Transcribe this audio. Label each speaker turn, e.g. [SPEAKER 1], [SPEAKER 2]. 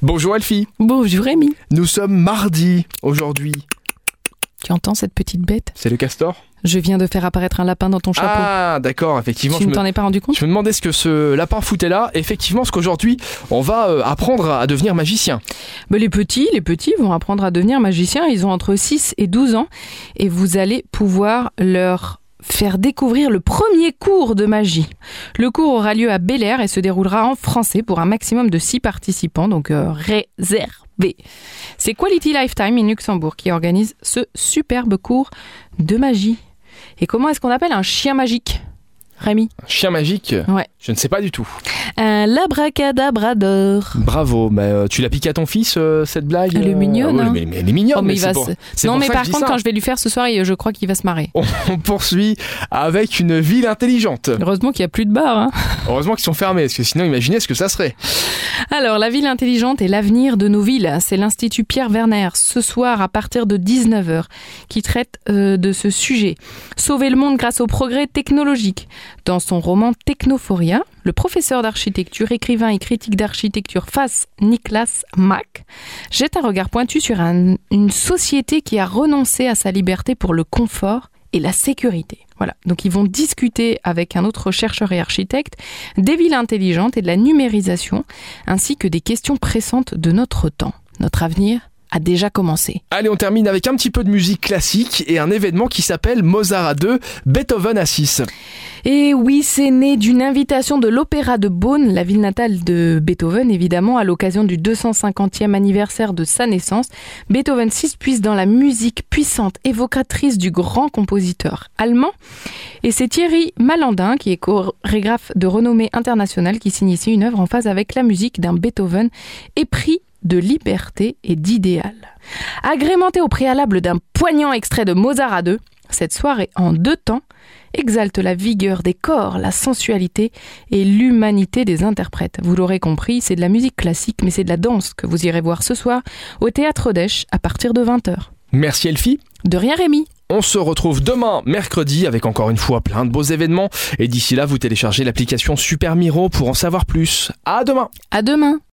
[SPEAKER 1] Bonjour Elfie,
[SPEAKER 2] Bonjour Rémi,
[SPEAKER 1] nous sommes mardi aujourd'hui.
[SPEAKER 2] tu entends cette petite bête
[SPEAKER 1] C'est le castor
[SPEAKER 2] Je viens de faire apparaître un lapin dans ton chapeau.
[SPEAKER 1] Ah d'accord, effectivement.
[SPEAKER 2] tu
[SPEAKER 1] Je
[SPEAKER 2] ne
[SPEAKER 1] me,
[SPEAKER 2] t'en es pas rendu compte
[SPEAKER 1] je me demandais ce que ce lapin foutait là. Effectivement, ce qu'aujourd'hui, on va euh, apprendre à devenir magicien.
[SPEAKER 2] Mais Les petits, les petits vont apprendre à devenir magiciens. Ils ont entre 6 et 12 ans et vous allez pouvoir leur faire découvrir le premier cours de magie. Le cours aura lieu à Bel Air et se déroulera en français pour un maximum de 6 participants, donc euh, réservé. C'est Quality Lifetime in Luxembourg qui organise ce superbe cours de magie. Et comment est-ce qu'on appelle un chien magique Rémi
[SPEAKER 1] Un chien magique
[SPEAKER 2] Ouais.
[SPEAKER 1] Je ne sais pas du tout.
[SPEAKER 2] Un labracadabrador.
[SPEAKER 1] Bravo, mais euh, tu l'as piqué à ton fils euh, cette blague
[SPEAKER 2] Elle est
[SPEAKER 1] euh,
[SPEAKER 2] mignonne,
[SPEAKER 1] ouais,
[SPEAKER 2] hein.
[SPEAKER 1] mais, mais elle est mignonne,
[SPEAKER 2] Oh, mais
[SPEAKER 1] mais,
[SPEAKER 2] il
[SPEAKER 1] c'est
[SPEAKER 2] va
[SPEAKER 1] pour-
[SPEAKER 2] se-
[SPEAKER 1] c'est
[SPEAKER 2] Non,
[SPEAKER 1] pour
[SPEAKER 2] mais
[SPEAKER 1] ça que
[SPEAKER 2] par
[SPEAKER 1] je dis
[SPEAKER 2] contre,
[SPEAKER 1] ça.
[SPEAKER 2] quand je vais lui faire ce soir, il- je crois qu'il va se marrer.
[SPEAKER 1] on poursuit avec une ville intelligente.
[SPEAKER 2] Heureusement qu'il n'y a plus de bar. hein.
[SPEAKER 1] Heureusement qu'ils sont fermés, parce que sinon, imaginez ce que ça serait.
[SPEAKER 2] Alors, la ville intelligente est l'avenir de nos villes. C'est l'Institut Pierre Werner, ce soir à partir de 19h, qui traite euh, de ce sujet. Sauver le monde grâce au progrès technologique. Dans son roman Technophoria, le professeur d'architecture, écrivain et critique d'architecture face Niklas Mack jette un regard pointu sur un- une société qui a renoncé à sa liberté pour le confort et la sécurité. Voilà, donc ils vont discuter avec un autre chercheur et architecte des villes intelligentes et de la numérisation, ainsi que des questions pressantes de notre temps. Notre avenir a déjà commencé.
[SPEAKER 1] Allez, on termine avec un petit peu de musique classique et un événement qui s'appelle Mozart à 2, Beethoven à 6.
[SPEAKER 2] Et oui, c'est né d'une invitation de l'Opéra de Beaune, la ville natale de Beethoven, évidemment, à l'occasion du 250e anniversaire de sa naissance. Beethoven VI puise dans la musique puissante, évocatrice du grand compositeur allemand. Et c'est Thierry Malandin, qui est chorégraphe de renommée internationale, qui signe ici une œuvre en phase avec la musique d'un Beethoven épris de liberté et d'idéal. Agrémenté au préalable d'un poignant extrait de Mozart à deux, cette soirée en deux temps exalte la vigueur des corps, la sensualité et l'humanité des interprètes. Vous l'aurez compris, c'est de la musique classique, mais c'est de la danse que vous irez voir ce soir au Théâtre Odèche à partir de 20h.
[SPEAKER 1] Merci Elfie.
[SPEAKER 2] De rien Rémi
[SPEAKER 1] On se retrouve demain, mercredi, avec encore une fois plein de beaux événements. Et d'ici là, vous téléchargez l'application Super Miro pour en savoir plus. À demain!
[SPEAKER 2] À demain